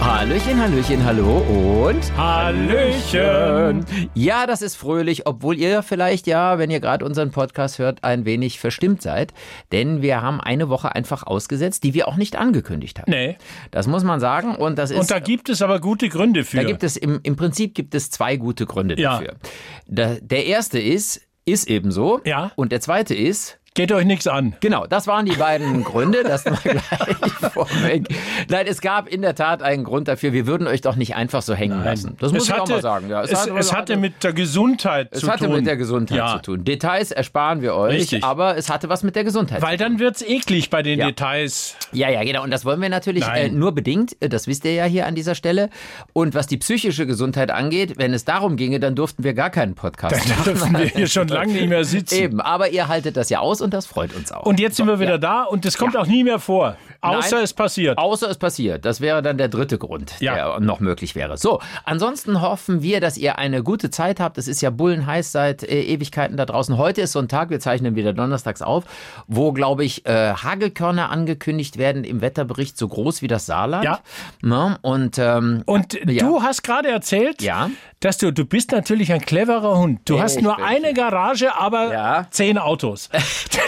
Hallöchen, Hallöchen, hallo und Hallöchen! ja, das ist fröhlich, obwohl ihr vielleicht ja, wenn ihr gerade unseren Podcast hört, ein wenig verstimmt seid, denn wir haben eine Woche einfach ausgesetzt, die wir auch nicht angekündigt haben. Nee. Das muss man sagen und das ist Und da gibt es aber gute Gründe für. Da gibt es im, im Prinzip gibt es zwei gute Gründe Ja. dafür. Da, der erste ist, ist eben so. Ja. Und der zweite ist, Geht euch nichts an. genau, das waren die beiden Gründe. Das mal gleich vorweg. Nein, es gab in der Tat einen Grund dafür. Wir würden euch doch nicht einfach so hängen lassen. Das muss es ich hatte, auch mal sagen. Ja, es, es, hatte mit der Gesundheit es zu hatte tun. mit der Gesundheit ja. zu tun. Details ersparen wir euch, Richtig. aber es hatte was mit der Gesundheit Weil dann wird's eklig bei den Ja. Details. Ja, ja, genau. Und das wollen wir natürlich Nein. äh, nur bedingt. Äh, Das wisst ihr ja hier an dieser Stelle. Und was die psychische Gesundheit angeht, wenn es darum ginge, dann durften wir gar keinen Podcast Da machen. dürfen wir hier schon lange nicht mehr sitzen. Eben, aber ihr haltet das ja aus und das freut uns auch. Und jetzt sind wir wieder da und es kommt auch nie mehr vor. Außer Nein. es passiert. Außer es passiert. Das wäre dann der dritte Grund, Ja. der noch möglich wäre. So, ansonsten hoffen wir, dass ihr eine gute Zeit habt. Es ist ja bullenheiß seit äh, Ewigkeiten da draußen. Heute ist so ein Tag, wir zeichnen wieder donnerstags auf, wo, glaube ich, äh, Hagelkörner angekündigt werden im Wetterbericht, so groß wie das Saarland. Ja. Ne? Und, ähm, Und du hast gerade erzählt, Ja. dass du, du bist natürlich ein cleverer Hund. Du Ja, hast ich nur bin- eine Garage, aber Ja. zehn Autos.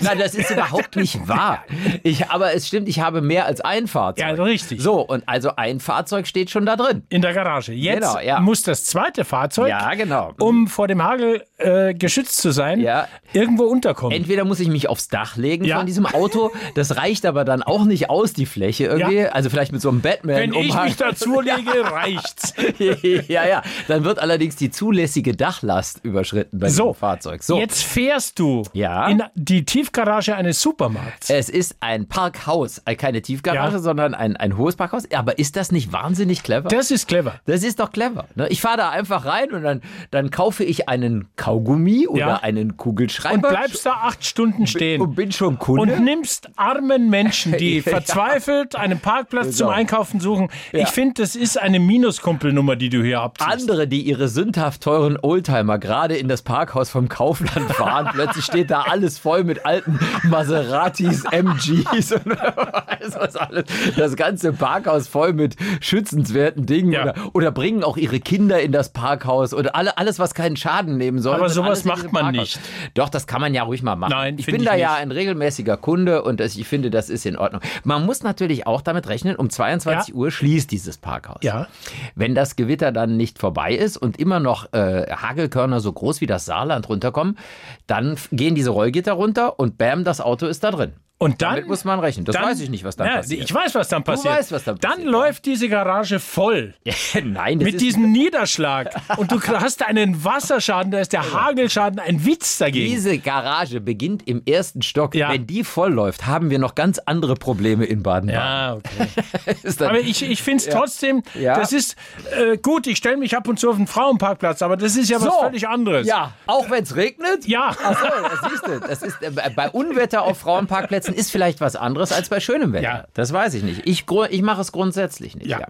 Nein, das ist überhaupt nicht wahr. Ich, aber es stimmt, ich habe mehr als ein Fahrzeug. Ja, richtig. So, und also ein Fahrzeug steht schon da drin. In der Garage. Jetzt Genau, ja. muss das zweite Fahrzeug Ja, genau. um vor dem Hagel äh, geschützt zu sein, Ja. irgendwo unterkommen. Entweder muss ich mich aufs Dach legen Ja. von diesem Auto, das reicht aber dann auch nicht aus, die Fläche irgendwie. Ja. Also vielleicht mit so einem Batman. Wenn ich mich dazu lege, reicht's. ja, ja. Dann wird allerdings die zulässige Dachlast überschritten bei So, diesem Fahrzeug. So, Jetzt fährst du Ja. Äh. in die Tiefgarage eines Supermarkts. es ist ein Parkhaus, äh, keine Tiefgarage, Ja. sondern ein, ein hohes Parkhaus. Aber ist das nicht wahnsinnig clever? Das ist clever. Das ist doch clever. Ne? Ich fahre da einfach rein und dann, dann kaufe ich einen Kaugummi oder Ja. einen Kugelschreiber. Und bleibst da acht Stunden stehen. und bin schon Kunde. Und nimmst armen Menschen, die Ja. verzweifelt einen Parkplatz zum Einkaufen suchen. Ich finde, das ist eine Minuskumpelnummer, die du hier abziehst. andere, die ihre sündhaft teuren Oldtimer gerade in das Parkhaus vom Kaufland fahren, plötzlich steht da alles voll mit alten Maseratis, MGs und weiß was alles. Das ganze Parkhaus voll mit schützenswerten Dingen Ja. oder, oder bringen auch ihre Kinder in das Parkhaus oder alle, alles, was keinen Schaden nehmen soll. Aber wird sowas alles in macht diesem man Parkhaus. nicht. Doch, das kann man ja ruhig mal machen. Nein, ich find bin ich da ja nicht. ein regelmäßiger Kunde und das, ich finde, das ist in Ordnung. Man muss natürlich auch damit rechnen, um 22 Ja. Uhr schließt dieses Parkhaus. Ja. Wenn das Gewitter dann nicht vorbei ist und immer noch äh, Hagelkörner so groß wie das Saarland runterkommen, dann f- gehen diese Rollgitter runter und bam, das Auto ist da drin. Und dann Damit muss man rechnen. Das dann- weiß ich nicht, was dann Ja, passiert. Ich weiß, was dann passiert. weißt, was dann Dann passiert. läuft diese Garage voll. Nein, das Mit ist diesem Niederschlag. Und du hast einen Wasserschaden, da ist der Hagelschaden ein Witz dagegen. diese Garage beginnt im ersten Stock. Ja. Wenn die voll läuft, haben wir noch ganz andere Probleme in Baden-Baden. Ah, okay. Ist dann- Aber ich, ich finde es trotzdem, Ja. das ist äh, gut, ich stelle mich ab und zu auf den Frauenparkplatz, aber das ist ja was So. völlig anderes. Ja, auch wenn es regnet? Ja. Achso, das siehst du. Das ist, äh, bei Unwetter auf Frauenparkplätzen ist vielleicht was anderes als bei schönem Wetter. Ja. Das weiß ich nicht. Ich, gru- ich mache es grundsätzlich nicht. Ja. ja.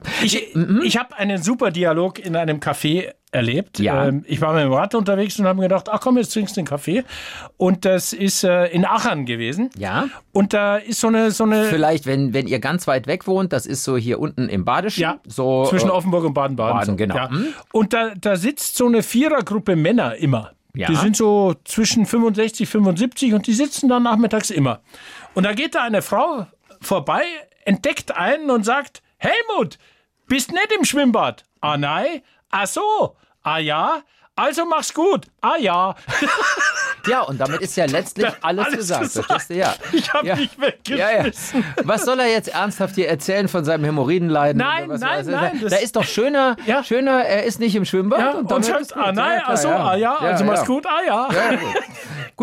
Mhm. Ich, ich habe einen super Dialog in einem Café erlebt. Ja. Ähm, ich war mit dem Rad unterwegs und habe mir gedacht, ach komm, jetzt trinkst du einen Kaffee. Und das ist äh, in Aachen gewesen. Ja. Und da ist so eine, so eine Vielleicht, wenn, wenn ihr ganz weit weg wohnt, das ist so hier unten im Badischen. Ja, so, zwischen äh, Offenburg und Baden-Baden. Baden, genau. Ja. Hm? Und da, da sitzt so eine Vierergruppe Männer immer. Ja. Die sind so zwischen 65, 75 und die sitzen dann nachmittags immer. Und da geht da eine Frau vorbei, entdeckt einen und sagt, Helmut, bist nicht im Schwimmbad. Ah nein, ah so, ah ja, also mach's gut, ah ja. Ja, und damit ist ja letztlich alles, alles gesagt. gesagt. Verstehst du? Ja. Ich hab ja. mich Ja, ja. weggeschmissen. Was soll er jetzt ernsthaft hier erzählen von seinem Hämorrhoidenleiden? Nein, oder was nein, weiß ich? nein, das- Da ist doch schöner, Ja. schöner, er ist nicht im Schwimmbad. Ja, und und, damit ist sagt, gut. ah nein, klar, ah so, ah ja, also mach's ja. gut, ah ja. Ja, gut.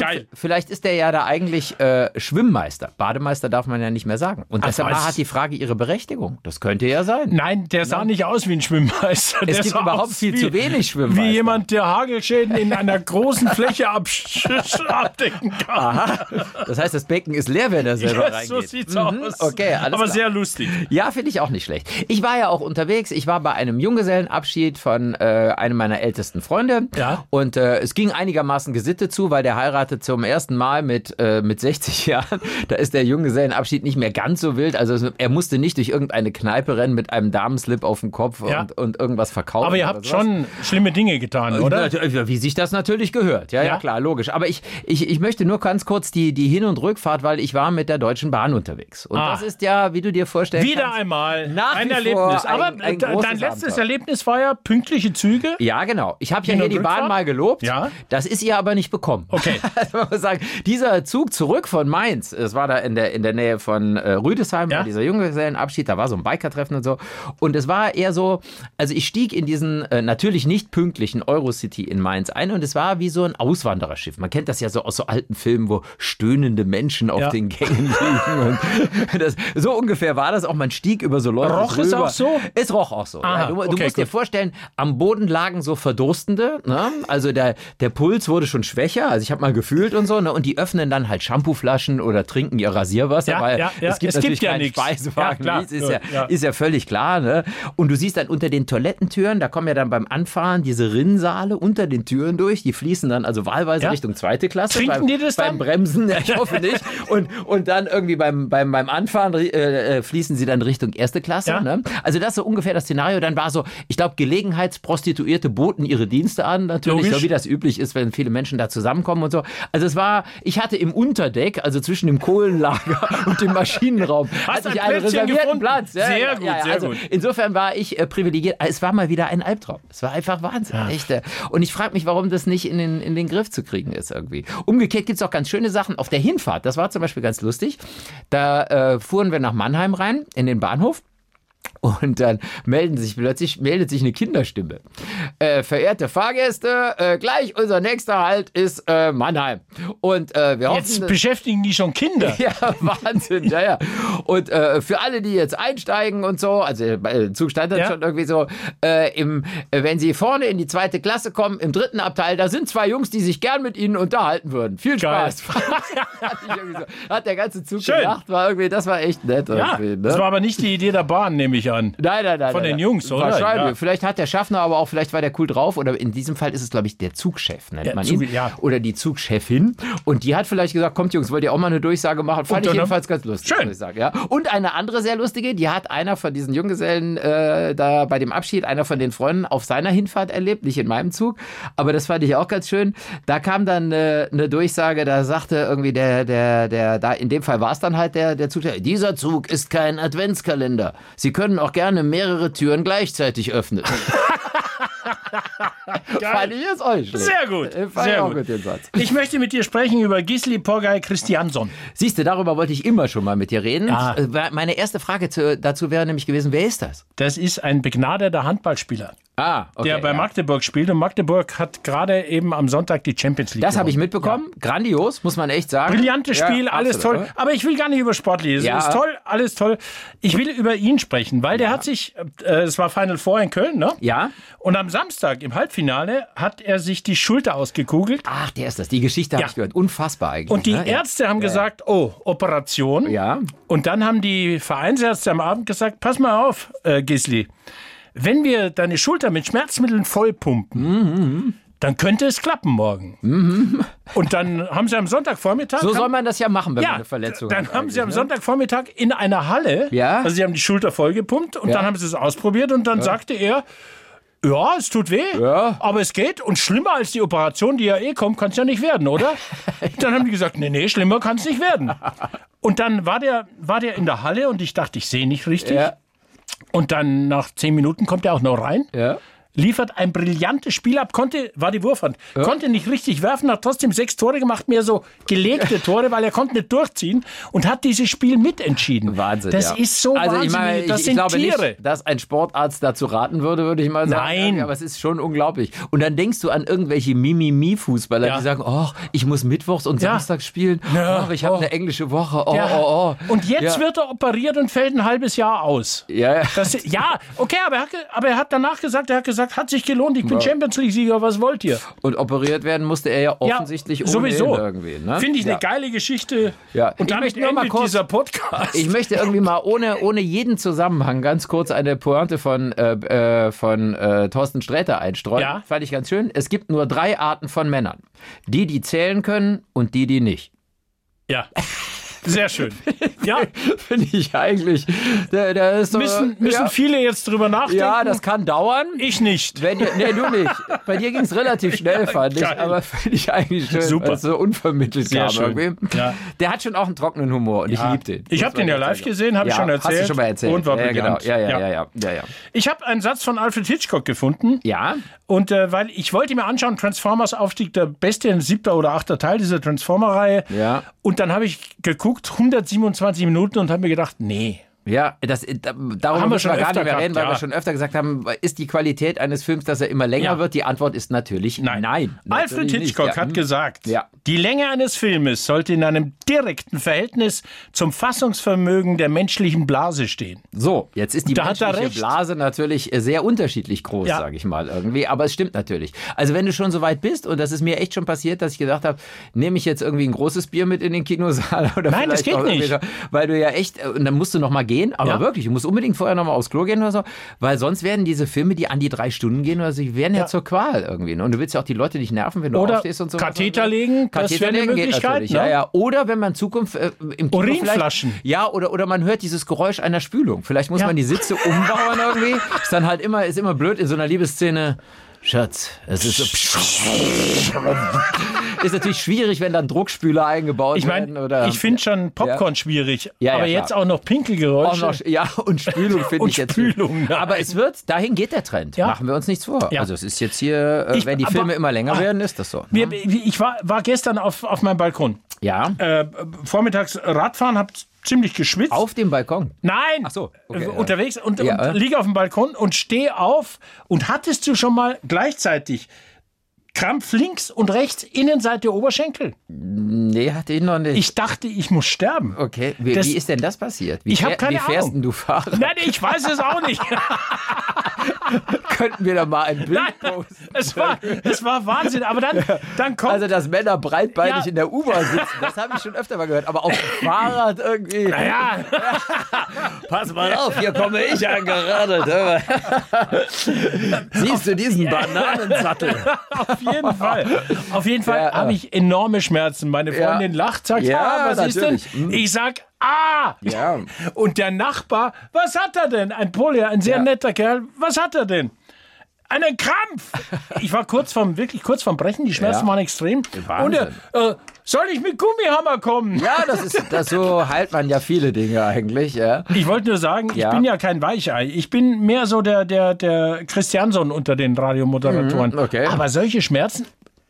Geil. Vielleicht ist der ja da eigentlich äh, Schwimmmeister. Bademeister darf man ja nicht mehr sagen. Und deshalb weiß- hat die Frage ihre Berechtigung. Das könnte ja sein. Nein, der sah nicht aus wie ein Schwimmmeister. Es der gibt sah überhaupt aus viel wie, zu wenig Schwimmmeister. Wie jemand, der Hagelschäden in einer großen Fläche absch abdecken kann. Das heißt, das Becken ist leer, wenn er selber Ja, reingeht. so sieht's Mhm, aus. Okay, alles Aber klar. sehr lustig. Ja, finde ich auch nicht schlecht. Ich war ja auch unterwegs. Ich war bei einem Junggesellenabschied von äh, einem meiner ältesten Freunde. Ja. Und äh, es ging einigermaßen gesittet zu, weil der heiratet zum ersten Mal mit, äh, mit 60 Jahren. Da ist der Junggesellenabschied nicht mehr ganz so wild. Also es- er musste nicht durch irgendeine Kneipe rennen mit einem Damenslip auf dem Kopf Ja. und, und irgendwas verkaufen. Aber ihr oder habt sowas. schon schlimme Dinge getan, oder? Nat- Wie sich das natürlich gehört. Ja, ja, Ja. klar, logisch. Aber ich, ich, ich möchte nur ganz kurz die, die Hin- und Rückfahrt, weil ich war mit der Deutschen Bahn unterwegs. Und Ah. das ist ja, wie du dir vorstellen Wieder kannst, einmal Nach ein wie vor Erlebnis. ein- Aber ein de- dein großes letztes Abenteuer. Erlebnis war ja pünktliche Züge. Ja, genau. Ich habe ja Hin- hier und die Bahn Rückfahrt? mal gelobt. Ja. Das ist ihr aber nicht bekommen. Okay. Also man muss sagen, dieser Zug zurück von Mainz, es war da in der, in der Nähe von äh, Rüdesheim, Ja. war dieser Junggesellenabschied, da war so ein Bikertreffen und so. Und es war eher so, also ich stieg in diesen äh, natürlich nicht pünktlichen Eurocity in Mainz ein und es war wie so ein Auswandererschiff. Man kennt das ja so aus so alten Filmen, wo stöhnende Menschen auf Ja. den Gängen liegen. Und das, so ungefähr war das auch. Man stieg über so Leute Roch es rüber. auch so? Es roch auch so. Aha, ja, du, du okay, musst dir gut. vorstellen, am Boden lagen so Verdurstende. Ne? Also der, der Puls wurde schon schwächer. Also ich habe mal gefühlt und so. Ne? Und die öffnen dann halt Shampooflaschen oder trinken ihr Rasierwasser, Ja, weil ja, ja. es gibt Es gibt natürlich ja keinen nichts. Speisewagen. Ja, klar. nichts. ist, ja, Ja. ist ja völlig klar. Ne? Und du siehst dann unter den Toilettentüren, da kommen ja dann beim Anfahren diese Rinnsale unter den Türen durch. Die fließen dann also wahlweise Ja. Richtung zweite Klasse. Trinken beim, die das beim dann? Bremsen, ja, ich hoffe nicht. Und, und dann irgendwie beim, beim, beim Anfahren äh, äh, fließen sie dann Richtung erste Klasse. Ja. Ne? Also das ist so ungefähr das Szenario. Dann war so, ich glaube, Gelegenheitsprostituierte boten ihre Dienste an, natürlich, Logisch. so wie das üblich ist, wenn viele Menschen da zusammenkommen und so. Also es war, ich hatte im Unterdeck, also zwischen dem Kohlenlager und dem Maschinenraum, Hast hatte ich ein einen Plätzchen reservierten gefunden? Platz. Sehr gut, sehr also gut. Insofern war ich äh, privilegiert. Es war mal wieder ein Albtraum. Es war einfach Wahnsinn. Echt, äh. Und ich frage mich, warum das nicht in den, in den Griff zu kriegen ist irgendwie. Umgekehrt gibt es auch ganz schöne Sachen. Auf der Hinfahrt, das war zum Beispiel ganz lustig, da äh, fuhren wir nach Mannheim rein, in den Bahnhof. Und dann melden sich plötzlich meldet sich eine Kinderstimme. Äh, verehrte Fahrgäste, äh, gleich unser nächster Halt ist äh, Mannheim. Und äh, wir hoffen, Jetzt dass- beschäftigen die schon Kinder. ja, Wahnsinn, ja, ja. Und äh, für alle, die jetzt einsteigen und so, also äh, im Zug stand dann Ja. schon irgendwie so, äh, im, äh, wenn Sie vorne in die zweite Klasse kommen, im dritten Abteil, da sind zwei Jungs, die sich gern mit Ihnen unterhalten würden. Viel Geil. Spaß. Hat sich irgendwie so- Hat der ganze Zug Schön. gelacht, war irgendwie, das war echt nett. Ja, irgendwie, ne? das war aber nicht die Idee der Bahn, nehme ich an. Nein, nein, nein. Von nein, den nein. Jungs, oder? Wahrscheinlich. Ja. Vielleicht hat der Schaffner aber auch, vielleicht war der cool drauf. Oder in diesem Fall ist es, glaube ich, der Zugchef, nennt Ja, man Zug- ihn. ja. Oder die Zugchefin. Und die hat vielleicht gesagt, kommt Jungs, wollt ihr auch mal eine Durchsage machen? Fand ich dann- jedenfalls ganz lustig, Schön. muss ich sagen. Ja. Und eine andere sehr lustige, die hat einer von diesen Junggesellen äh, da bei dem Abschied, einer von den Freunden auf seiner Hinfahrt erlebt, nicht in meinem Zug. Aber das fand ich auch ganz schön. Da kam dann äh, eine Durchsage, da sagte irgendwie der, der, der, da in dem Fall war es dann halt der, der Zug, dieser Zug ist kein Adventskalender. Sie können auch gerne mehrere Türen gleichzeitig öffnen. Fand ich jetzt euch. Sehr gut, Fand ich sehr auch gut. gut den Satz. Ich möchte mit dir sprechen über Gisli Porgay Christiansson. Siehst du, darüber wollte ich immer schon mal mit dir reden. Ja. Äh, Meine erste Frage zu, dazu wäre nämlich gewesen, wer ist das? Das ist ein begnadeter Handballspieler, Ah, okay. der bei ja. Magdeburg spielt. Und Magdeburg hat gerade eben am Sonntag die Champions League. Das habe ich gewonnen. mitbekommen. Grandios, muss man echt sagen. Brillantes Ja, Spiel, alles absolut, toll. oder? Aber ich will gar nicht über Sportliches. Ja. Es Ist toll, alles toll. Ich will über ihn sprechen, weil der hat sich, äh, es war Final Four in Köln, ne? Ja. Und am Samstag im Halbfinale hat er sich die Schulter ausgekugelt. Ach, der ist das. Die Geschichte Ja. habe ich gehört. Unfassbar eigentlich. Und die ne? Ja. Ärzte haben gesagt, oh, Operation. Ja. Und dann haben die Vereinsärzte am Abend gesagt, pass mal auf, äh, Gisli, wenn wir deine Schulter mit Schmerzmitteln vollpumpen, Mhm, dann könnte es klappen morgen. Und dann haben sie am Sonntagvormittag... So haben, soll man das ja machen, wenn ja, man eine Verletzung dann hat. haben sie am eigentlich, ne? Sonntagvormittag in einer Halle, Ja. also sie haben die Schulter vollgepumpt und Ja. dann haben sie es ausprobiert und dann sagte er, ja, es tut weh, Ja. aber es geht. Und schlimmer als die Operation, die ja eh kommt, kann es ja nicht werden, oder? dann haben die gesagt, nee, nee, schlimmer kann es nicht werden. Und dann war der, war der in der Halle und ich dachte, ich sehe nicht richtig. Ja. Und dann nach zehn Minuten kommt er auch noch rein. Ja. liefert ein brillantes Spiel ab, konnte, war die Wurfhand, konnte nicht richtig werfen, hat trotzdem sechs Tore gemacht, mehr so gelegte Tore, weil er konnte nicht durchziehen und hat dieses Spiel mitentschieden. Wahnsinn. Das ja. ist so also wahnsinnig. Ich meine, das ich, sind ich glaube Tiere. nicht, dass ein Sportarzt dazu raten würde, würde ich mal sagen. Nein. Ja, Aber es ist schon unglaublich. Und dann denkst du an irgendwelche Mimimi-Fußballer, Ja. die sagen, oh, ich muss mittwochs und Ja. samstags spielen. Ja. Oh, ich habe Oh. eine englische Woche. Oh, Ja. oh, oh. Und jetzt ja. wird er operiert und fällt ein halbes Jahr aus. Ja, ja. Das, ja, okay, aber er, hat, ge- aber er hat danach gesagt, er hat gesagt, hat sich gelohnt, ich bin Champions League-Sieger, was wollt ihr? Und operiert werden musste er ja offensichtlich ja, ohnehin sowieso. irgendwie. Ne? Finde ich ja. eine geile Geschichte. Ja. Und Ich damit möchte nur mal endet kurz- dieser Podcast. Ich möchte irgendwie mal ohne, ohne jeden Zusammenhang ganz kurz eine Pointe von, äh, äh, von äh, Thorsten Sträter einstreuen. Ja. Fand ich ganz schön. Es gibt nur drei Arten von Männern. Die, die zählen können und die, die nicht. ja. Sehr schön. Ja, Finde ich eigentlich. Da, da ist so, müssen, müssen Äh, ja, viele jetzt drüber nachdenken. ja, das kann dauern. ich nicht. Wenn ihr, nee, du nicht. Bei dir ging es relativ schnell, fand ich. geil. Aber finde ich eigentlich schön, Super. weil es so unvermittelt Sehr kam. schön. irgendwie. Ja. Der hat schon auch einen trockenen Humor und ich liebe den. Ich habe Muss man den ja jetzt live sagen. gesehen, habe ich Ja, schon erzählt. Hast du schon mal erzählt. Und war ja, genau. brillant. Ja, ja, ja, Ja. ja, ja, ja. Ich habe einen Satz von Alfred Hitchcock gefunden. Ja, Und äh, weil ich wollte mir anschauen, Transformers Aufstieg, der beste siebter oder achter Teil dieser Transformer-Reihe. Ja. Und dann habe ich geguckt, 127 Minuten und habe mir gedacht, nee. ja, das, äh, da, darüber wir müssen wir schon gar öfter nicht mehr reden, gehabt, weil ja. wir schon öfter gesagt haben, ist die Qualität eines Films, dass er immer länger Ja. wird? Die Antwort ist natürlich nein. Natürlich Alfred nicht. Hitchcock Ja, hat hm. gesagt, Ja. die Länge eines Filmes sollte in einem direkten Verhältnis zum Fassungsvermögen der menschlichen Blase stehen. So, jetzt ist die Da hat er menschliche recht. Blase natürlich äh, sehr unterschiedlich groß, Ja. sage ich mal irgendwie. Aber es stimmt natürlich. Also wenn du schon so weit bist, und das ist mir echt schon passiert, dass ich gedacht habe, nehme ich jetzt irgendwie ein großes Bier mit in den Kinosaal oder Nein, das vielleicht geht auch irgendwie nicht. so, weil du ja echt, äh, und dann musst du nochmal gehen, aber Ja. wirklich, du musst unbedingt vorher nochmal aufs Klo gehen oder so, weil sonst werden diese Filme, die an die drei Stunden gehen oder so, die werden ja, Ja. zur Qual irgendwie. ne? Und du willst ja auch die Leute nicht nerven, wenn du Oder aufstehst und so. Katheter legen, das wäre eine geht Möglichkeit, natürlich, ne? ja, ja. Äh, Oder wenn man in Zukunft äh, im Kino vielleicht- Urinflaschen. ja, oder, oder man hört dieses Geräusch einer Spülung. Vielleicht muss Ja. man die Sitze umbauen irgendwie. Ist dann halt immer, ist immer blöd in so einer Liebesszene. Schatz, es ist so. ist natürlich schwierig, wenn dann Druckspüler eingebaut Ich werden. meine, Oder ich finde schon Popcorn Ja. schwierig, Ja, ja, aber klar. jetzt auch noch auch Pinkelgeräusche. noch, ja, und Spülung finde Und ich jetzt. Spülung, nein. aber es wird, dahin geht der Trend. Ja. Machen wir uns nichts vor. Ja. Also es ist jetzt hier, äh, Ich- wenn die Filme aber- immer länger ah. werden, ist das so. Wir- ich war, war gestern auf, auf meinem Balkon. Ja. Äh, vormittags Radfahren, habe ziemlich geschwitzt. Auf dem Balkon. Nein. Ach so, okay, Äh, ja. unterwegs und, Ja, und äh. liege auf dem Balkon und stehe auf und hattest du schon mal gleichzeitig Krampf links und rechts Innenseite Oberschenkel? Nee, hatte ich noch nicht. Ich dachte, ich muss sterben. okay, wie, Das- wie ist denn das passiert? Wie, Ich hab fähr- keine wie fährst Ahnung. denn du Fahrrad? Nein, ich weiß es auch nicht. Könnten wir da mal ein Bild posten? es, war, es war Wahnsinn. Aber dann, dann kommt. Also, dass Männer breitbeinig Ja. in der U-Bahn sitzen, das habe ich schon öfter mal gehört. Aber auf dem Fahrrad irgendwie. ja, Pass mal auf, hier komme ich angeradelt. hör mal. Siehst du diesen Bananensattel? auf jeden Fall. Auf jeden Fall Ja, habe äh. ich enorme Schmerzen. Meine Ja. Freundin lacht, sagt, Ja, ah, was ist natürlich. denn? Mhm. Ich sag, ah! Ja. Und der Nachbar, was hat er denn? Ein Pole, ein sehr Ja. netter Kerl, was hat er denn? Einen Krampf! Ich war kurz vom, wirklich kurz vom Brechen, die Schmerzen Ja. waren extrem. Und Wahnsinn. er, äh, soll ich mit Gummihammer kommen? Ja, das ist, das so heilt man ja viele Dinge eigentlich. Ja. Ich wollte nur sagen, Ja. ich bin ja kein Weichei. Ich bin mehr so der, der, der Christianson unter den Radiomoderatoren. Mhm, okay. Aber solche Schmerzen,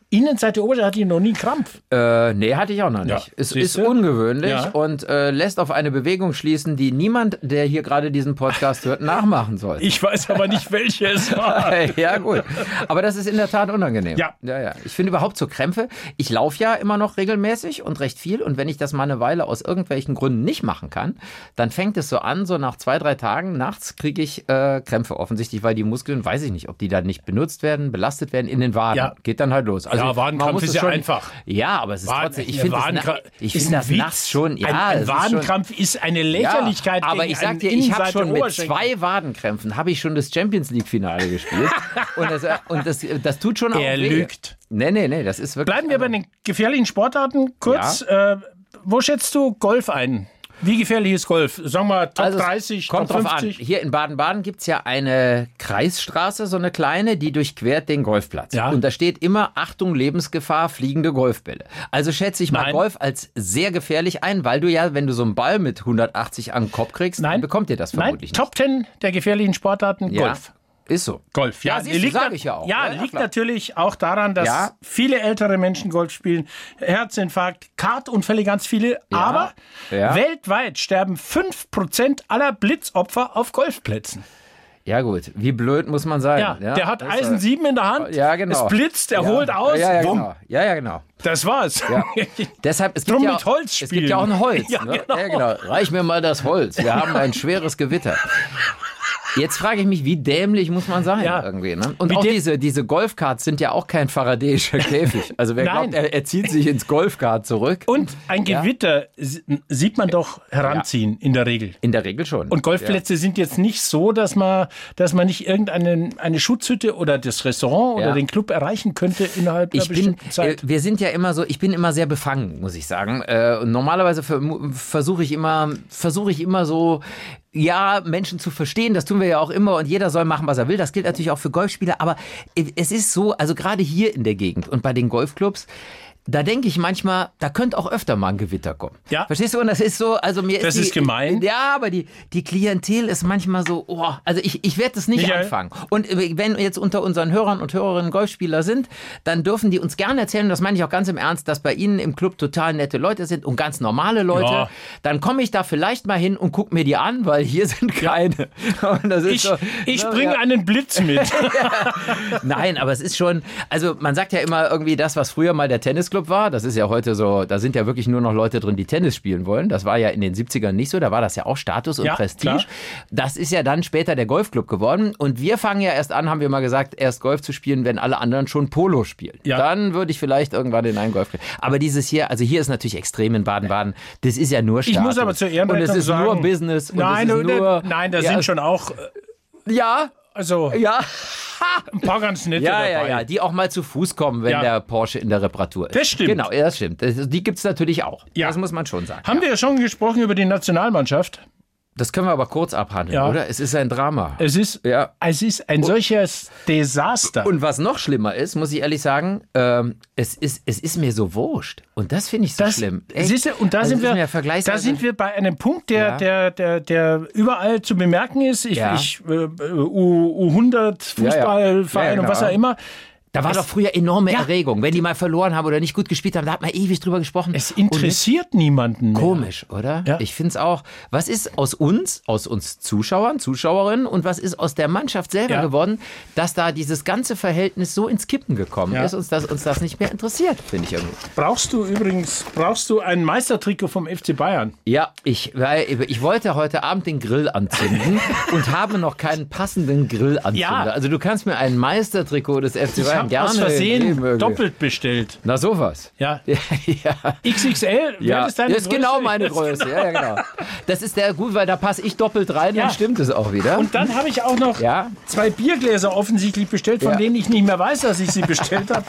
Innenseite Oberschenkel hatte ich noch nie einen Krampf. Äh, nee, hatte ich auch noch nicht. Ja, Es ist siehste? ungewöhnlich Ja. und äh, lässt auf eine Bewegung schließen, die niemand, der hier gerade diesen Podcast hört, nachmachen sollte. Ich weiß aber nicht, welche es war. ja, gut. Aber das ist in der Tat unangenehm. Ja. ja, ja. Ich finde überhaupt so Krämpfe. Ich laufe ja immer noch regelmäßig und recht viel. Und wenn ich das mal eine Weile aus irgendwelchen Gründen nicht machen kann, dann fängt es so an, so nach zwei, drei Tagen nachts kriege ich äh, Krämpfe offensichtlich, weil die Muskeln, weiß ich nicht, ob die dann nicht benutzt werden, belastet werden in den Waden. Ja. Geht dann halt los. Also Ja, Wadenkrampf man muss ist es ja schon- einfach. Ja, aber es ist Waden- trotzdem, ich der finde das, na- Wadenkra- ich äh, ist find das ein nachts Witz. schon, ja. Ein, ein es ist schon- Wadenkrampf ist eine Lächerlichkeit. aber gegen ich sag einen dir, ich habe Innenseite- schon mit Oberschenkel. zwei Wadenkrämpfen habe ich schon das Champions League Finale gespielt und das äh, und das, das tut schon auch Er weh. lügt. Nee, nee, nee, das ist wirklich Bleiben wir bei den gefährlichen Sportarten kurz. Äh, wo schätzt du Golf ein? Wie gefährlich ist Golf? Sagen wir Top Also es 30, kommt Top drauf an. 50. Hier in Baden-Baden gibt es ja eine Kreisstraße, so eine kleine, die durchquert den Golfplatz. Ja. Und da steht immer, Achtung, Lebensgefahr, fliegende Golfbälle. Also schätze ich mal Nein. Golf als sehr gefährlich ein, weil du ja, wenn du so einen Ball mit 180 an den Kopf kriegst, dann bekommt dir das Nein, vermutlich nicht. Top 10 der gefährlichen Sportarten Ja. Golf. Ist so. Golf. Ja, siehst du, liegt, sag na- ich ja auch. ne? Ja, Ja, liegt klar. natürlich auch daran, dass Ja. viele ältere Menschen Golf spielen, Herzinfarkt, Kartunfälle, ganz viele. Aber Ja. weltweit sterben 5% aller Blitzopfer auf Golfplätzen. Ja, gut. Wie blöd muss man sein? Ja, der hat Das, Eisen äh, 7 in der Hand, Ja, genau. es blitzt, er holt aus, Ja, ja, bumm, genau. Ja, ja, genau. das war's. Deshalb, es Drum gibt ja, mit Holz Es spielen. gibt ja auch ein Holz. Ja, ne? genau. Ja, genau. Reich mir mal das Holz. Wir haben ein schweres Gewitter. Jetzt frage ich mich, wie dämlich muss man sein Ja. irgendwie. Ne? Und Wie auch däm- diese, diese Golfkarts sind ja auch kein faradäischer Käfig. Also wer Nein. glaubt, er, er zieht sich ins Golfkart zurück. Und ein Ja. Gewitter si- sieht man doch heranziehen in der Regel. In der Regel schon. Und Golfplätze sind jetzt nicht so, dass man, dass man nicht irgendeine eine Schutzhütte oder das Restaurant Ja. oder den Club erreichen könnte innerhalb einer ich bin, bestimmten Zeit. äh, wir sind ja immer so, ich bin immer sehr befangen, muss ich sagen. Äh, und normalerweise ver- mu- versuche ich immer, versuche ich immer so, ja, Menschen zu verstehen, das tun wir ja auch immer und jeder soll machen, was er will. Das gilt natürlich auch für Golfspieler, aber äh, es ist so, also gerade hier in der Gegend und bei den Golfclubs, da denke ich manchmal, da könnte auch öfter mal ein Gewitter kommen. Ja. Verstehst du? Und das ist so, also mir Das ist. ist gemein. Ja, aber die, die Klientel ist manchmal so, oh, also ich, ich werde das nicht Michael? anfangen. Und äh, wenn jetzt unter unseren Hörern und Hörerinnen Golfspieler sind, dann dürfen die uns gerne erzählen, und das meine ich auch ganz im Ernst, dass bei ihnen im Club total nette Leute sind und ganz normale Leute. Ja. Dann komme ich da vielleicht mal hin und gucke mir die an, weil hier sind keine. Und das ist ich so, ich ne, bringe ja. einen Blitz mit. Nein, aber es ist schon, also man sagt ja immer irgendwie das, was früher mal der Tennisclub war, das ist ja heute so, da sind ja wirklich nur noch Leute drin, die Tennis spielen wollen. Das war ja in den 70ern nicht so, da war das ja auch Status und Ja, Prestige. klar. Das ist ja dann später der Golfclub geworden und wir fangen ja erst an, haben wir mal gesagt, erst Golf zu spielen, wenn alle anderen schon Polo spielen. Ja. Dann würde ich vielleicht irgendwann in einen Golfclub. Aber dieses hier, also hier ist natürlich extrem in Baden-Baden, das ist ja nur Ich Status. muss aber zur Und es Ehrenrettung ist sagen, nur Business und nein, es ist nein, nur... nein, da ja, sind schon auch äh, Ja, also ja. ein paar ganz nette Ja, dabei. ja, ja, die auch mal zu Fuß kommen, wenn Ja. der Porsche in der Reparatur ist. Das stimmt. Genau, ja, das stimmt. Das, die gibt's natürlich auch. Ja. Das muss man schon sagen. Haben wir ja schon gesprochen über die Nationalmannschaft. Das können wir aber kurz abhandeln, Ja. oder? Es ist ein Drama. Es ist, Ja. es ist ein solches Desaster. Und was noch schlimmer ist, muss ich ehrlich sagen, ähm, es, ist, es ist mir so wurscht. Und das finde ich so schlimm. Echt. Siehste, und da Also sind, es ist wir, mir vergleichsweise- da sind wir bei einem Punkt, der, Ja. der, der, der überall zu bemerken ist. Ich, Ja. ich, äh, U, U100, ja. Fußballverein Ja, ja, und was genau. auch immer. Da war Es- doch früher enorme Erregung. Wenn die mal verloren haben oder nicht gut gespielt haben, da hat man ewig drüber gesprochen. Es Und mit- interessiert niemanden mehr. Komisch, oder? Ja. Ich finde es auch. Was ist aus uns, aus uns Zuschauern, Zuschauerinnen und was ist aus der Mannschaft selber Ja. geworden, dass da dieses ganze Verhältnis so ins Kippen gekommen Ja. ist, uns, dass uns das nicht mehr interessiert, finde ich irgendwie. Brauchst du übrigens, brauchst du ein Meistertrikot vom FC Bayern? Ja, ich, weil, ich wollte heute Abend den Grill anzünden und habe noch keinen passenden Grillanzünder. Ja. Also du kannst mir ein Meistertrikot des FC Ich Bayern habe gerne aus geben, Versehen irgendwie. doppelt bestellt. Na sowas. Ja. ja. XXL, Ja, das ist deine das ist Größe? genau meine Größe. Ja, ja, genau. Das ist der gut, weil da passe ich doppelt rein, Ja. dann stimmt es auch wieder. Und dann habe ich auch noch Ja. zwei Biergläser offensichtlich bestellt, von Ja. denen ich nicht mehr weiß, dass ich sie bestellt habe.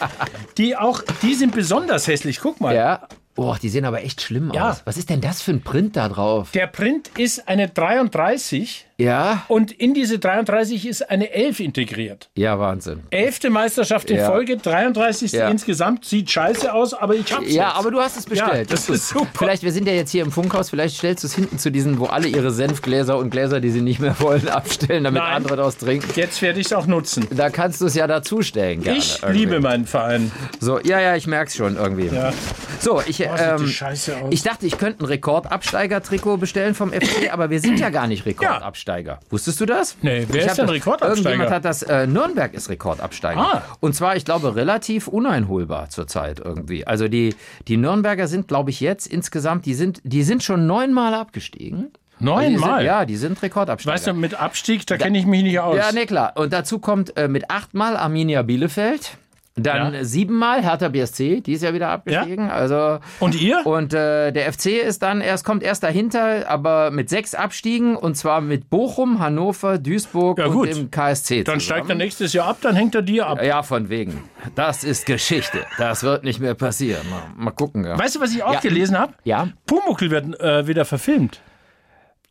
Die auch, die sind besonders hässlich. Guck mal. Ja. Boah, die sehen aber echt schlimm Ja. aus. Was ist denn das für ein Print da drauf? Der Print ist eine 33 Ja. und in diese 33 ist eine 11 integriert. Ja, Wahnsinn. Elfte Meisterschaft in Ja. Folge, 33. Ja. insgesamt. Sieht scheiße aus, aber ich hab's Ja, jetzt. aber du hast es bestellt. Ja, das gut. ist super. Vielleicht, wir sind ja jetzt hier im Funkhaus, vielleicht stellst du es hinten zu diesen, wo alle ihre Senfgläser und Gläser, die sie nicht mehr wollen, abstellen, damit Nein. andere daraus trinken. Jetzt werde ich es auch nutzen. Da kannst du es ja dazustellen. Gerne, Ich irgendwie. liebe meinen Verein. So, ja, ja, ich merk's schon irgendwie. Ja. So, ich, Oh, sieht die ähm, scheiße aus. ich dachte, ich könnte ein Rekordabsteiger-Trikot bestellen vom FC, aber wir sind ja gar nicht Rekordabsteiger. Wusstest du das? Nee, wer Ich ist hab denn das- Rekordabsteiger? Irgendjemand hat das, äh, Nürnberg ist Rekordabsteiger. Ah. Und zwar, ich glaube, relativ uneinholbar zurzeit irgendwie. Also die, die Nürnberger sind, glaube ich, jetzt insgesamt, die sind, die sind schon neunmal abgestiegen. Also Die sind, Neunmal. ja, die sind Rekordabsteiger. Weißt du, mit Abstieg, da kenne ich mich nicht aus. Ja, ne, klar. Und dazu kommt äh, mit achtmal Arminia Bielefeld. Dann Ja. äh, siebenmal Hertha BSC, die ist ja wieder abgestiegen. Also Und ihr? und äh, der FC ist dann erst kommt erst dahinter, aber mit sechs Abstiegen und zwar mit Bochum, Hannover, Duisburg Ja, und gut. dem KSC. Dann zusammen. steigt er nächstes Jahr ab, dann hängt er dir ab. Ja, von wegen. Das ist Geschichte. Das wird nicht mehr passieren. Mal, mal gucken. Ja. Weißt du, was ich auch Ja. gelesen habe? Ja, Pumuckl wird äh, wieder verfilmt.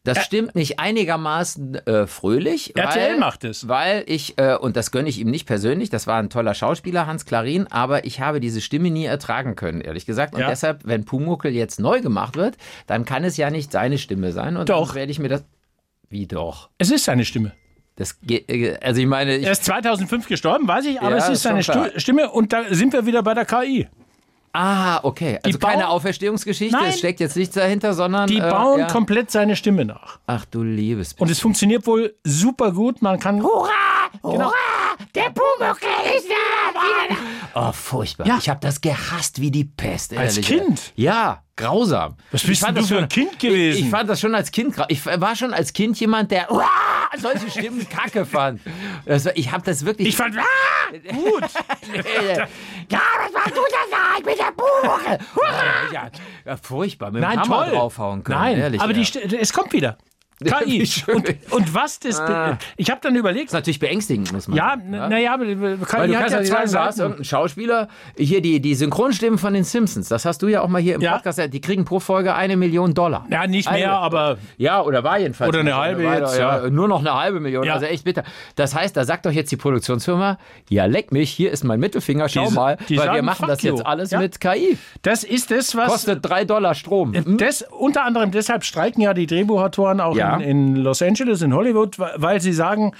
das stimmt nicht einigermaßen äh, fröhlich. RTL weil, macht es. Weil ich, äh, und das gönne ich ihm nicht persönlich, das war ein toller Schauspieler, Hans Klarin, aber ich habe diese Stimme nie ertragen können, ehrlich gesagt. Und Ja. deshalb, wenn Pumuckl jetzt neu gemacht wird, dann kann es ja nicht seine Stimme sein. Und Doch. dann werde ich mir das. Wie doch? Es ist seine Stimme. Das, ge- äh, also ich meine, ich, Er ist 2005 gestorben, weiß ich, aber Ja, es ist ist seine schon klar. Stu- Stimme und da sind wir wieder bei der KI. ah, okay. Also bauen- keine Auferstehungsgeschichte, Nein. es steckt jetzt nichts dahinter, sondern Die äh, bauen ja. komplett seine Stimme nach. Ach du liebes. Und es funktioniert wohl super gut. Man kann. Hurra! Oh. Genau. der Pumuckl ist da! Oh, furchtbar. Ja. Ich habe das gehasst wie die Pest. Als ehrlich. Kind? Ja, grausam. Was bist denn du für ein Kind gewesen? Ich, ich fand das schon als Kind, grau- ich war schon als Kind jemand, der Uah! solche Stimmen kacke fand. Das war, ich habe das wirklich... Ich fand. Ah, gut. ja, was machst du denn da? Ich bin der Pumuckl! Hurra! Ja, ja, furchtbar, mit Nein, dem Hammer toll. draufhauen können. Nein, ehrlich, aber ja. die, Sti- es kommt wieder. Wie KI. schön. Und, und was das. Ah. Ich habe dann überlegt. ist natürlich beängstigend, muss man Ja, sagen. ne? naja, aber äh, Weil KI du hat kannst ja ja nicht zwei sagen, du hast Seiten. irgendeinen Schauspieler, hier die, die Synchronstimmen von den Simpsons, das hast du ja auch mal hier im Ja. Podcast, die kriegen pro Folge eine Million Dollar. Ja, nicht mehr, Eine. aber Ja, oder war jedenfalls. Oder eine nicht. halbe War doch, jetzt, ja. Nur noch eine halbe Million, Ja. also echt bitter. Das heißt, da sagt doch jetzt die Produktionsfirma, ja leck mich, hier ist mein Mittelfinger, schau Die- mal, die weil wir sagen, machen fuck das you. jetzt alles Ja. mit KI. das ist das, was. Kostet drei Dollar Strom. Hm? Des, unter anderem deshalb streiken ja die Drehbuchautoren auch Ja. in, in Los Angeles, in Hollywood, wa- weil sie sagen,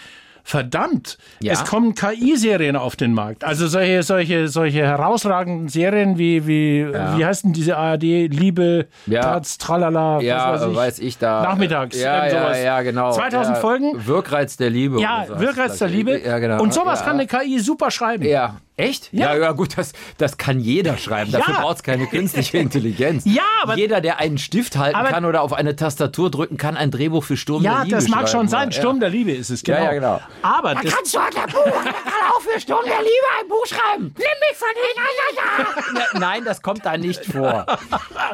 verdammt, Ja. es kommen KI-Serien auf den Markt. Also solche, solche, solche herausragenden Serien wie, wie, wie heißt denn diese ARD, Liebe, Ja. Taz, Tralala, Ja, was weiß ich. da. Nachmittags, Ja, irgend ja, sowas. ja, genau. 2000 ja, Folgen. Wirkreiz der Liebe. ja, oder sowas. Wirkreiz der Liebe. Ja, genau. Und sowas ja. kann eine KI super schreiben. Ja. Echt? Ja, Ja. ja, gut, das, das kann jeder schreiben. Dafür Ja. braucht es keine künstliche Intelligenz. Ja, aber- jeder, der einen Stift halten Aber- kann oder auf eine Tastatur drücken kann, ein Drehbuch für Sturm Ja, der Liebe das mag schreiben, schon sein. Ja. Sturm der Liebe ist es, Ja, genau. ja, genau. Aber das, Kannst du halt ein Buch, man kann auch für Sturm der Liebe ein Buch schreiben. Nimm mich von hinten. Nein, das kommt da nicht vor.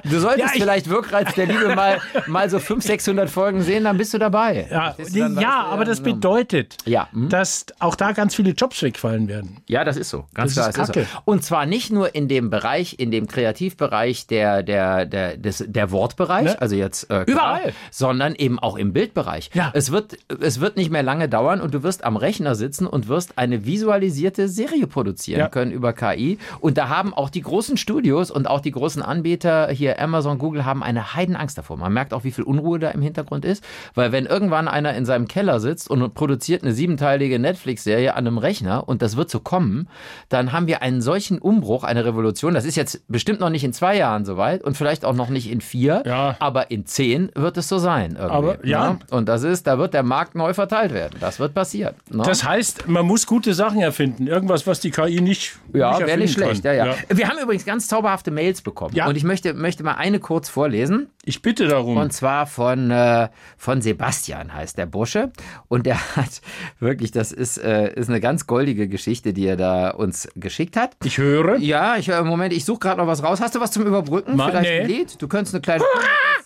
Du solltest Ja, ich- vielleicht Wirkreiz der Liebe mal, mal so 500, 600 Folgen sehen, dann bist du dabei. ja, Verstehst du? Dann weißt ja, du, aber das genau. bedeutet, Ja, hm. dass auch da ganz viele Jobs wegfallen werden. Ja, das ist so. Ganz Das klar. ist das ist so. Kacke. Und zwar nicht nur in dem Bereich, in dem Kreativbereich der, der, der, des, der Wortbereich, Ne? also jetzt äh, Überall. sondern eben auch im Bildbereich. Ja. Es, wird, es wird nicht mehr lange dauern und du wirst am Rechner sitzen und wirst eine visualisierte Serie produzieren Ja. können über KI. Und da haben auch die großen Studios und auch die großen Anbieter hier Amazon, Google haben eine Heidenangst davor. Man merkt auch, wie viel Unruhe da im Hintergrund ist, weil wenn irgendwann einer in seinem Keller sitzt und produziert eine siebenteilige Netflix-Serie an einem Rechner und das wird so kommen, dann haben wir einen solchen Umbruch, eine Revolution. Das ist jetzt bestimmt noch nicht in zwei Jahren soweit und vielleicht auch noch nicht in vier, Ja. aber in zehn wird es so sein. Irgendwie, Aber, ja. ne? Und das ist, da wird der Markt neu verteilt werden. Das wird passieren. Ne? Das heißt, man muss gute Sachen erfinden. Irgendwas, was die KI nicht. Ja, nicht wäre erfinden nicht schlecht. Ja, kann. ja. Wir haben übrigens ganz zauberhafte Mails bekommen. Ja. Und ich möchte, möchte mal eine kurz vorlesen. Ich bitte darum. Und zwar von, äh, von Sebastian heißt der Bursche. Und der hat wirklich, das ist, äh, ist eine ganz goldige Geschichte, die er da uns geschickt hat. ich höre. Ja, ich, äh, Moment, ich suche gerade noch was raus. Hast du was zum Überbrücken? Ma- Vielleicht nee. ein Lied? Du könntest eine kleine.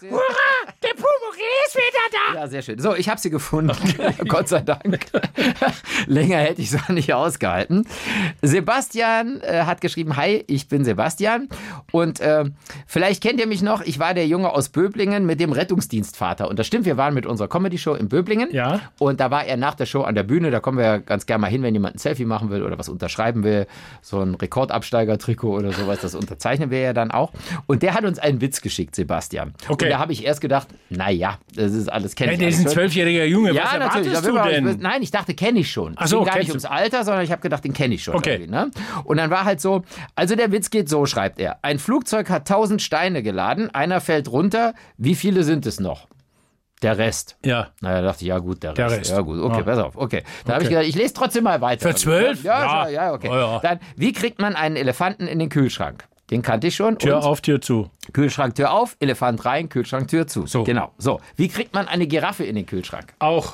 Der Pumuckl ist wieder Ja, sehr schön. So, ich habe sie gefunden. Gott sei Dank. Länger hätte ich es auch nicht ausgehalten. Sebastian äh, hat geschrieben, hi, ich bin Sebastian. Und äh, vielleicht kennt ihr mich noch, ich war der Junge aus Böblingen mit dem Rettungsdienstvater. Und das stimmt, wir waren mit unserer Comedy-Show in Böblingen. Ja. Und da war er nach der Show an der Bühne. Da kommen wir ja ganz gerne mal hin, wenn jemand ein Selfie machen will oder was unterschreiben will. So ein Rekordabsteiger-Trikot oder sowas, das unterzeichnen wir ja dann auch. Und der hat uns einen Witz geschickt, Sebastian. Okay. Und da habe ich erst gedacht, naja, das ist alles kennt da. Hey, der ist ein zwölfjähriger Junge. was ja, erwartest natürlich. da will du man- denn? Nein, ich dachte, kenne ich schon. Ach Es so, ging gar kennst nicht ums Alter, sondern ich habe gedacht, den kenne ich schon. Okay. irgendwie, Ne? Und dann war halt so, also der Witz geht so, schreibt er. Ein Flugzeug hat tausend Steine geladen, einer fällt runter. Wie viele sind es noch? Der Rest. Ja. Naja, dachte ich, ja gut, der Rest. Der Rest. Ja gut, okay, Ja. pass auf. Okay. Da habe ich gedacht, ich lese trotzdem mal weiter. Für zwölf? Ja, ja, Ja. Oh, ja, okay. Ja, ja. Dann, wie kriegt man einen Elefanten in den Kühlschrank? Den kannte ich schon. Tür und auf, Tür zu. Kühlschranktür auf, Elefant rein, Kühlschranktür zu. So. Genau. So. Wie kriegt man eine Giraffe in den Kühlschrank? Auch.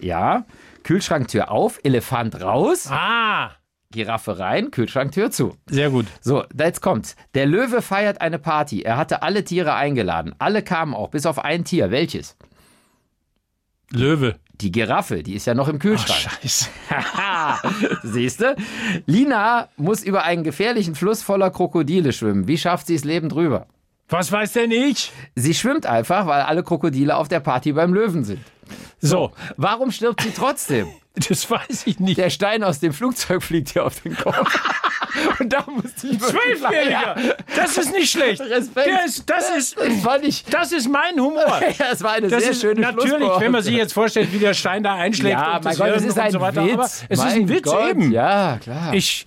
Ja. Kühlschranktür auf, Elefant raus, Ah, Giraffe rein, Kühlschranktür zu. sehr gut. So, jetzt kommt's. Der Löwe feiert eine Party. Er hatte alle Tiere eingeladen. Alle kamen auch, bis auf ein Tier. Welches? Löwe. Die Giraffe, die ist ja noch im Kühlschrank. Scheiße. Haha, siehst du? Lina muss über einen gefährlichen Fluss voller Krokodile schwimmen. Wie schafft sie es lebend drüber? Was weiß denn ich? Sie schwimmt einfach, weil alle Krokodile auf der Party beim Löwen sind. So, Warum stirbt sie trotzdem? das weiß ich nicht. Der Stein aus dem Flugzeug fliegt ihr auf den Kopf. Und da musste ich wirklich lachen. Zwölfjähriger! Das ist nicht schlecht. Respekt. Der ist, das, ist, Das fand ich. das ist mein Humor. Ja, es war eine Das sehr ist schöne natürlich, Schlussworte. wenn man sich jetzt vorstellt, wie der Stein da einschlägt Ja, und mein das Gott, es Hirn ist und ein so weiter. Aber Witz. es ist ein Mein Witz Gott, eben. Ja, klar. Ich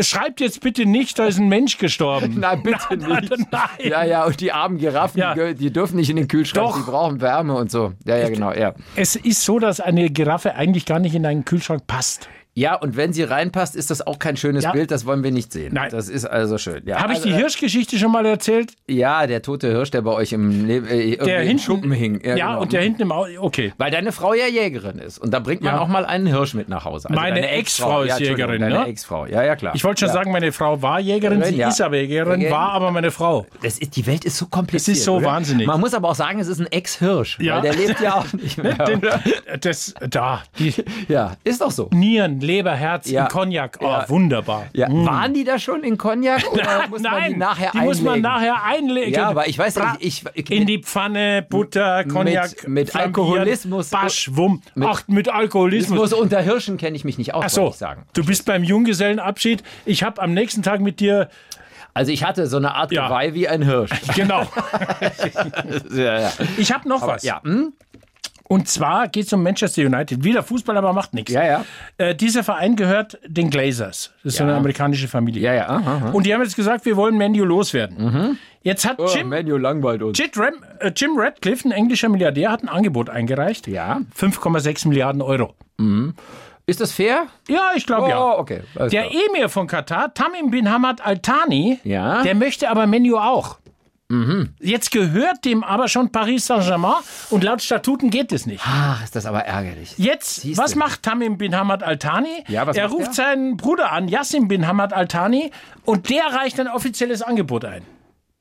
schreibt jetzt bitte nicht, da ist ein Mensch gestorben. Nein, bitte nicht. nein. Ja, ja, und die armen Giraffen, Ja. die- die dürfen nicht in den Kühlschrank, Doch. die brauchen Wärme und so. Ja, ja, genau, ja. Es ist so, dass eine Giraffe eigentlich gar nicht in einen Kühlschrank passt. Ja, und wenn sie reinpasst, ist das auch kein schönes Ja. Bild, das wollen wir nicht sehen. Nein. Das ist also schön. Ja, Habe ich also, um die Hirschgeschichte schon mal erzählt? ja der tote Hirsch, der bei euch im, Le äh, irgendwie Der im hinten- Schuppen hing. Ja, genau. und der hinten im Auto. Okay. Weil deine Frau ja Jägerin ist. Und da bringt man Ja. auch mal einen Hirsch mit nach Hause. Also Meine deine Ex-Frau ist ja, Entschuldigung, Jägerin, Deine ne? Ex-Frau, ja, ja, klar. Ich wollte schon ja. sagen, meine Frau war Jägerin, sie Ja. ist aber Jägerin, Jägerin. war aber meine Frau. Das ist, die Welt ist so kompliziert. Es ist so oder? wahnsinnig. Man muss aber auch sagen, es ist ein Ex-Hirsch. Ja. Weil der lebt ja auch nicht mehr. Den, das, da, die Ja, ist doch so. Nieren, Leber, Herz Ja. in Cognac. Oh, Ja. wunderbar. Mm. Ja, Waren die da schon in Cognac oder muss man Hm. Nein, die nachher einlegen? muss man nachher einlegen. Ja, aber ich weiß nicht, ich, ich, in die Pfanne, Butter, Cognac, mit flambieren, Alkoholismus- Basch, Wumm. Mit- Ach, mit ich Alkoholismus. muss unter Hirschen kenne ich mich nicht aus, Ach wollte so, ich sagen. du bist beim Junggesellenabschied. Ich habe am nächsten Tag mit dir, Also ich hatte so eine Art Ja. Geweih wie ein Hirsch. genau, ja, ja. ich habe noch was. ja, hm? Und zwar geht es um Manchester United. Wieder Fußball, aber macht nichts. ja, ja. Äh, dieser Verein gehört den Glazers. Das ist so eine amerikanische Familie. Ja, Mhm. ja. Aha, aha. Und die haben jetzt gesagt, wir wollen Menu loswerden. Jetzt hat Oh, Jim, Menu langweilt uns. Jit Ram, äh, Jim Radcliffe, ein englischer Milliardär, hat ein Angebot eingereicht. Ja. 5,6 Milliarden Euro. Ist das fair? Ja, ich glaube ja. Oh, okay. Alles Der klar. Emir von Katar, Tamim bin Hamad Al Thani, Ja. Mhm. der möchte aber Menu auch. Jetzt gehört dem aber schon Paris Saint-Germain und laut Statuten geht es nicht. Ach, Ah, ist das aber ärgerlich. Jetzt, Siehst was du. macht Tamim bin Hamad Al Thani? Ja, was er macht ruft er? seinen Bruder an, Yassim bin Hamad Al Thani, und der reicht ein offizielles Angebot ein.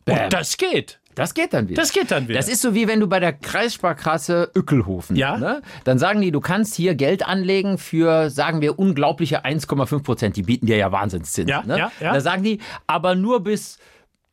Bam. Und das geht. Das geht dann wieder. Das geht dann wieder. Das ist so wie wenn du bei der Kreissparkasse Ückelhofen, Ja. ne? dann sagen die, du kannst hier Geld anlegen für, sagen wir, unglaubliche 1,5 Prozent. Die bieten dir ja Wahnsinnszins. Ja, ne? ja, ja. Da sagen die, aber nur bis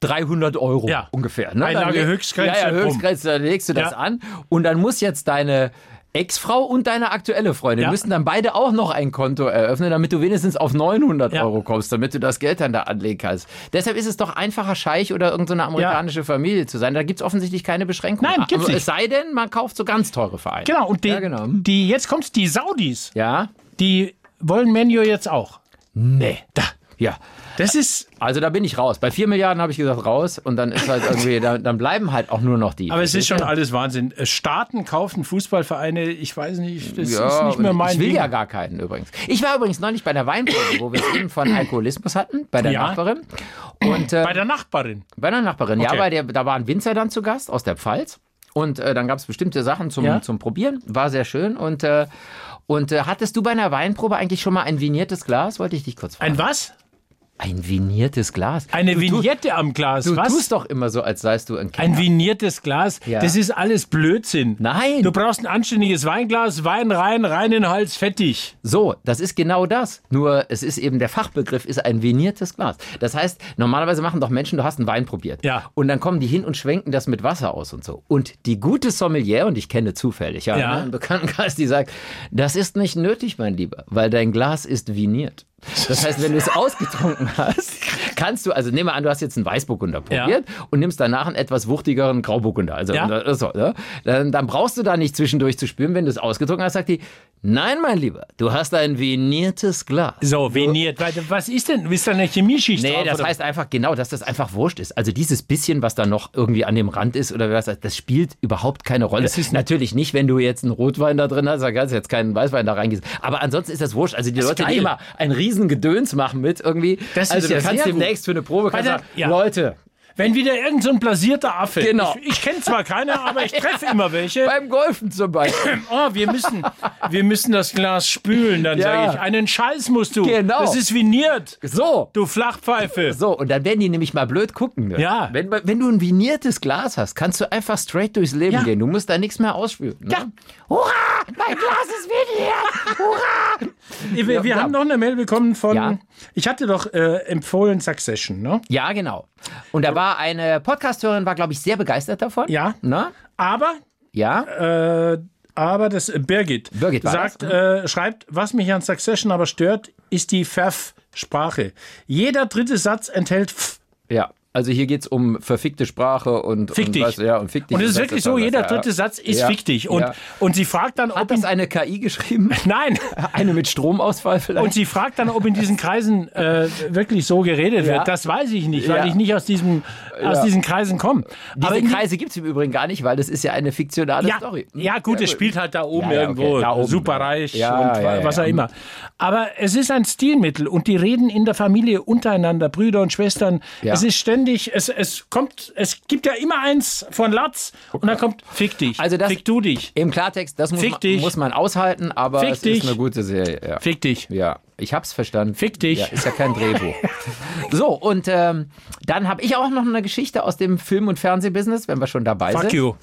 300 Euro Ja. ungefähr. Ne? Einlage Dann- Höchstgrenze, Ja, ja, bumm. Höchstgrenze, dann legst du das Ja. an und dann muss jetzt deine Ex-Frau und deine aktuelle Freundin Ja. müssen dann beide auch noch ein Konto eröffnen, damit du wenigstens auf 900 Ja. Euro kommst, damit du das Geld dann da anlegen kannst. Deshalb ist es doch einfacher, Scheich oder irgendeine so eine amerikanische Familie zu sein. Da gibt es offensichtlich keine Beschränkung. Nein, gibt's Also, nicht. Es sei denn, man kauft so ganz teure Vereine. Genau, und die, Ja, genau. die jetzt kommt die Saudis, Ja? die wollen Menu jetzt auch. Nee. Da. Ja. Das ist, Also da bin ich raus. Bei 4 Milliarden habe ich gesagt raus und dann ist halt irgendwie, dann, dann bleiben halt auch nur noch die. aber es ist schon alles Wahnsinn. Äh, Staaten kaufen Fußballvereine, ich weiß nicht, das Ja, ist nicht mehr und mein ich will Ding. ja gar keinen übrigens. Ich war übrigens neulich bei der Weinprobe, wo wir es eben von Alkoholismus hatten, bei der Ja. Nachbarin. Und äh, Bei der Nachbarin. Bei einer Nachbarin, ja, Okay. weil der, da waren Winzer dann zu Gast aus der Pfalz. Und äh, dann gab es bestimmte Sachen zum, Ja. zum Probieren. War sehr schön. Und, äh, und äh, hattest du bei einer Weinprobe eigentlich schon mal ein viniertes Glas? Wollte ich dich kurz fragen. Ein was? Ein, viniertes Glas? Eine du, tu- Vignette am Glas. Du was? tust doch immer so, als seist du ein Ein Kind. viniertes Glas, Ja. das ist alles Blödsinn. Nein. Du brauchst ein anständiges Weinglas, Wein rein, rein in den Hals, fettig. So, das ist genau das. Nur es ist eben der Fachbegriff ist ein viniertes Glas. Das heißt, normalerweise machen doch Menschen, du hast einen Wein probiert. Ja. Und dann kommen die hin und schwenken das mit Wasser aus und so. Und die gute Sommelier, und ich kenne zufällig, ja, Ja. ne, einen Bekanntenkreis, die sagt, das ist nicht nötig, mein Lieber, weil dein Glas ist viniert. Das heißt, wenn du es ausgetrunken hast, kannst du, also nehmen wir an, du hast jetzt einen Weißburgunder Ja. probiert und nimmst danach einen etwas wuchtigeren Grauburgunder. Also Ja. oder so, ne? dann, dann brauchst du da nicht zwischendurch zu spüren, wenn du es ausgetrunken hast, sagt die, nein, mein Lieber, du hast ein viniertes Glas. So, viniert. Warte, Was ist denn? Ist da eine Chemieschicht Nee, drauf? das oder? heißt einfach genau, dass das einfach wurscht ist. Also dieses bisschen, was da noch irgendwie an dem Rand ist oder was, das spielt überhaupt keine Rolle. Das ist- natürlich nicht, wenn du jetzt einen Rotwein da drin hast, dann kannst du jetzt keinen Weißwein da reingießen. Aber ansonsten ist das wurscht. Also die Leute, die geil. immer ein riesen Gedöns machen mit irgendwie. Das also ist ja du kannst sehr gut. demnächst für eine Probe kannst der- sagen, ja. Leute, Wenn wieder irgend so ein blasierter Affe. Genau. Ich, ich kenne zwar keine, aber ich treffe immer welche. beim Golfen zum Beispiel. Oh, wir müssen, wir müssen das Glas spülen. Dann Ja. sage ich, einen Scheiß musst du. Genau. Das ist viniert, So. du Flachpfeife. So, und dann werden die nämlich mal blöd gucken. Ne? Ja. Wenn, wenn du ein viniertes Glas hast, kannst du einfach straight durchs Leben Ja. gehen. Du musst da nichts mehr ausspülen. Ne? Ja. Hurra! Mein Glas ist viniert! Hurra! Wir, wir ja. haben noch eine Mail bekommen von. Ja. Ich hatte doch äh, empfohlen Succession, ne? Ja, genau. Und da war eine Podcasthörerin, war, glaube ich, sehr begeistert davon. Ja. Na? Aber Ja. Äh, aber das äh, Birgit, Birgit war ne? sagt, äh, schreibt, was mich an Succession aber stört, ist die Verf Sprache. Jeder dritte Satz enthält Pf. Ja, also hier geht es um verfickte Sprache und Fick und dich. was- ja, und fick dich. Und es ist das wirklich dann so, was, jeder ja, dritte ja. Satz ist ja, fick dich. Und, ja. und sie fragt dann, ob Hat in, das eine KI geschrieben? Nein. Eine mit Stromausfall vielleicht? Und sie fragt dann, ob in diesen Kreisen äh, wirklich so geredet Ja. wird. Das weiß ich nicht, weil Ja. ich nicht aus, diesem, aus Ja. diesen Kreisen komme. Aber in Diese die- Kreise gibt es im Übrigen gar nicht, weil das ist ja eine fiktionale ja, Story. ja, gut, es spielt halt da oben Ja, ja, okay, irgendwo, da oben. superreich Ja, und wa- ja, ja, was auch ja. immer. Aber es ist ein Stilmittel und die reden in der Familie untereinander, Brüder und Schwestern. Ja. Es ist ständig, es, es kommt, es gibt ja immer eins von Latz und dann kommt Fick dich, Also das- Fick du dich, Im Klartext, das muss, Fick man, dich. muss man aushalten, aber Fick es dich. ist eine gute Serie. Ja. Fick dich. Ja, ich hab's verstanden. Fick dich. Ja, ist ja kein Drehbuch. so, und ähm, dann habe ich auch noch eine Geschichte aus dem Film- und Fernsehbusiness, wenn wir schon dabei Fuck sind. you.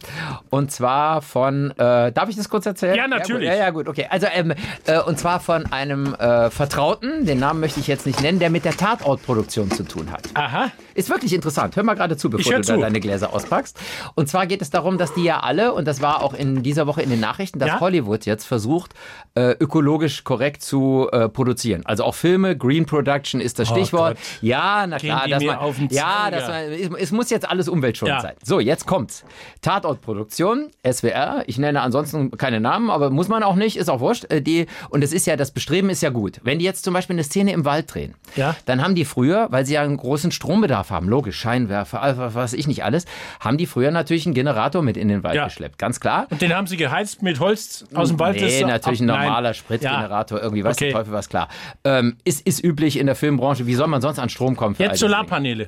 Und zwar von, äh, darf ich das kurz erzählen? Ja, natürlich. Ja, gut, ja, ja, gut, okay. Also, ähm, äh, und zwar von einem äh, Vertrauten, den Namen möchte ich jetzt nicht nennen, der mit der Tatortproduktion zu tun hat. Aha, Ist wirklich interessant. Hör mal gerade zu, bevor hör du da zu. deine Gläser auspackst. Und zwar geht es darum, dass die ja alle, und das war auch in dieser Woche in den Nachrichten, dass Ja? Hollywood jetzt versucht, äh, ökologisch korrekt zu äh, produzieren. Also auch Filme, Green Production ist das Stichwort. Oh Gott. Ja, na Gehen klar, die dass mir man, auf den ja, Zeiger. dass man, es, es muss jetzt alles umweltschonend Ja. sein. So, jetzt kommt's. Tatortproduktion, SWR, ich nenne ansonsten keine Namen, aber muss man auch nicht, ist auch wurscht. Äh, Die, und es ist ja, das Bestreben ist ja gut. Wenn die jetzt zum Beispiel eine Szene im Wald drehen, Ja. dann haben die früher, weil sie ja einen großen Strombedarf haben, logisch, Scheinwerfer, all- was weiß ich nicht alles, haben die früher natürlich einen Generator mit in den Wald Ja. geschleppt, ganz klar. den haben sie geheizt mit Holz aus dem Wald. das Nee, ist- natürlich ein Ach, nein. normaler Spritgenerator, irgendwie, weiß Okay. der Teufel, was klar. Ähm, ist, ist üblich in der Filmbranche, wie soll man sonst an Strom kommen? Für Ja. all Jetzt diese Dinge? Solarpaneele.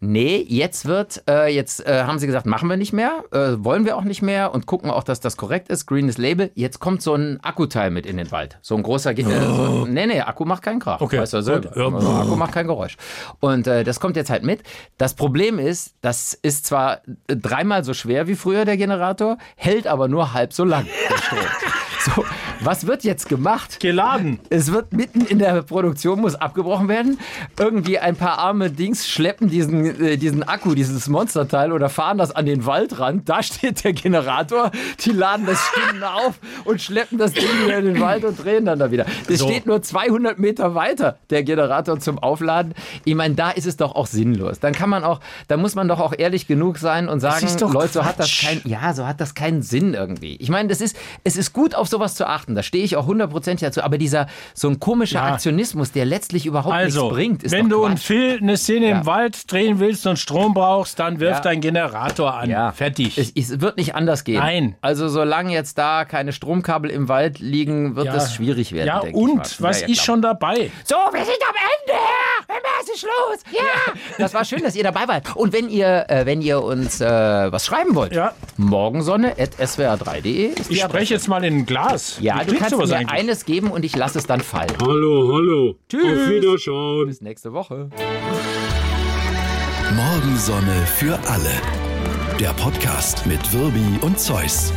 Nee, jetzt wird, äh, jetzt äh, haben sie gesagt, machen wir nicht mehr, äh, wollen wir auch nicht mehr und gucken auch, dass das korrekt ist. Greenes Label. Jetzt kommt so ein Akkuteil mit in den Wald. So ein großer. Ge- Äh, so, nee, nee, Akku macht keinen Krach. Oh. Okay, Weißt du, gut. selber. Ja. Also, Akku macht kein Geräusch. Und äh, das kommt jetzt halt mit. Das Problem ist, das ist zwar äh, dreimal so schwer wie früher der Generator, hält aber nur halb so lang. Der Strom. so, was wird jetzt gemacht? Geladen. Es wird mitten in der Produktion, muss abgebrochen werden. Irgendwie ein paar arme Dings schleppen diesen, äh, diesen Akku, dieses Monsterteil oder fahren das an den Waldrand. Da steht der Generator. Die laden das Stimmen auf und schleppen das Ding wieder in den Wald und drehen dann da wieder. Es So. steht nur 200 Meter weiter, der Generator zum Aufladen. Ich meine, da ist es doch auch sinnlos. Dann kann man auch, da muss man doch auch ehrlich genug sein und sagen, ist doch Leute, so hat das Quatsch. kein, ja, so hat das keinen Sinn irgendwie. Ich meine, das ist, es ist gut, auf sowas zu achten. Da stehe ich auch hundertprozentig dazu. Aber dieser so ein komischer Ja. Aktionismus, der letztlich überhaupt Also, nichts bringt, ist wenn doch du einen Quatsch. Film, eine Szene im Ja. Wald drehen willst und Strom brauchst, dann wirf Ja. deinen Generator an. ja. Fertig. Es, es wird nicht anders gehen. Nein. Also solange jetzt da keine Stromkabel im Wald liegen, wird Ja. es schwierig werden. ja, denke ich mal. und was ja, ist klar. schon dabei? So, wir sind am Ende. Was ist los? Ja. Das war schön, dass ihr dabei wart. Und wenn ihr, äh, wenn ihr uns äh, was schreiben wollt, Ja. morgensonne.swr3.de E ist die Ich Adresse. spreche jetzt mal in ein Glas. Ja, Wie du klingt kannst sowas mir eigentlich? eines geben und ich lasse es dann fallen. Hallo, hallo. Auf Wiederschauen. Bis nächste Woche. Morgensonne für alle. Der Podcast mit Wirbi und Zeus.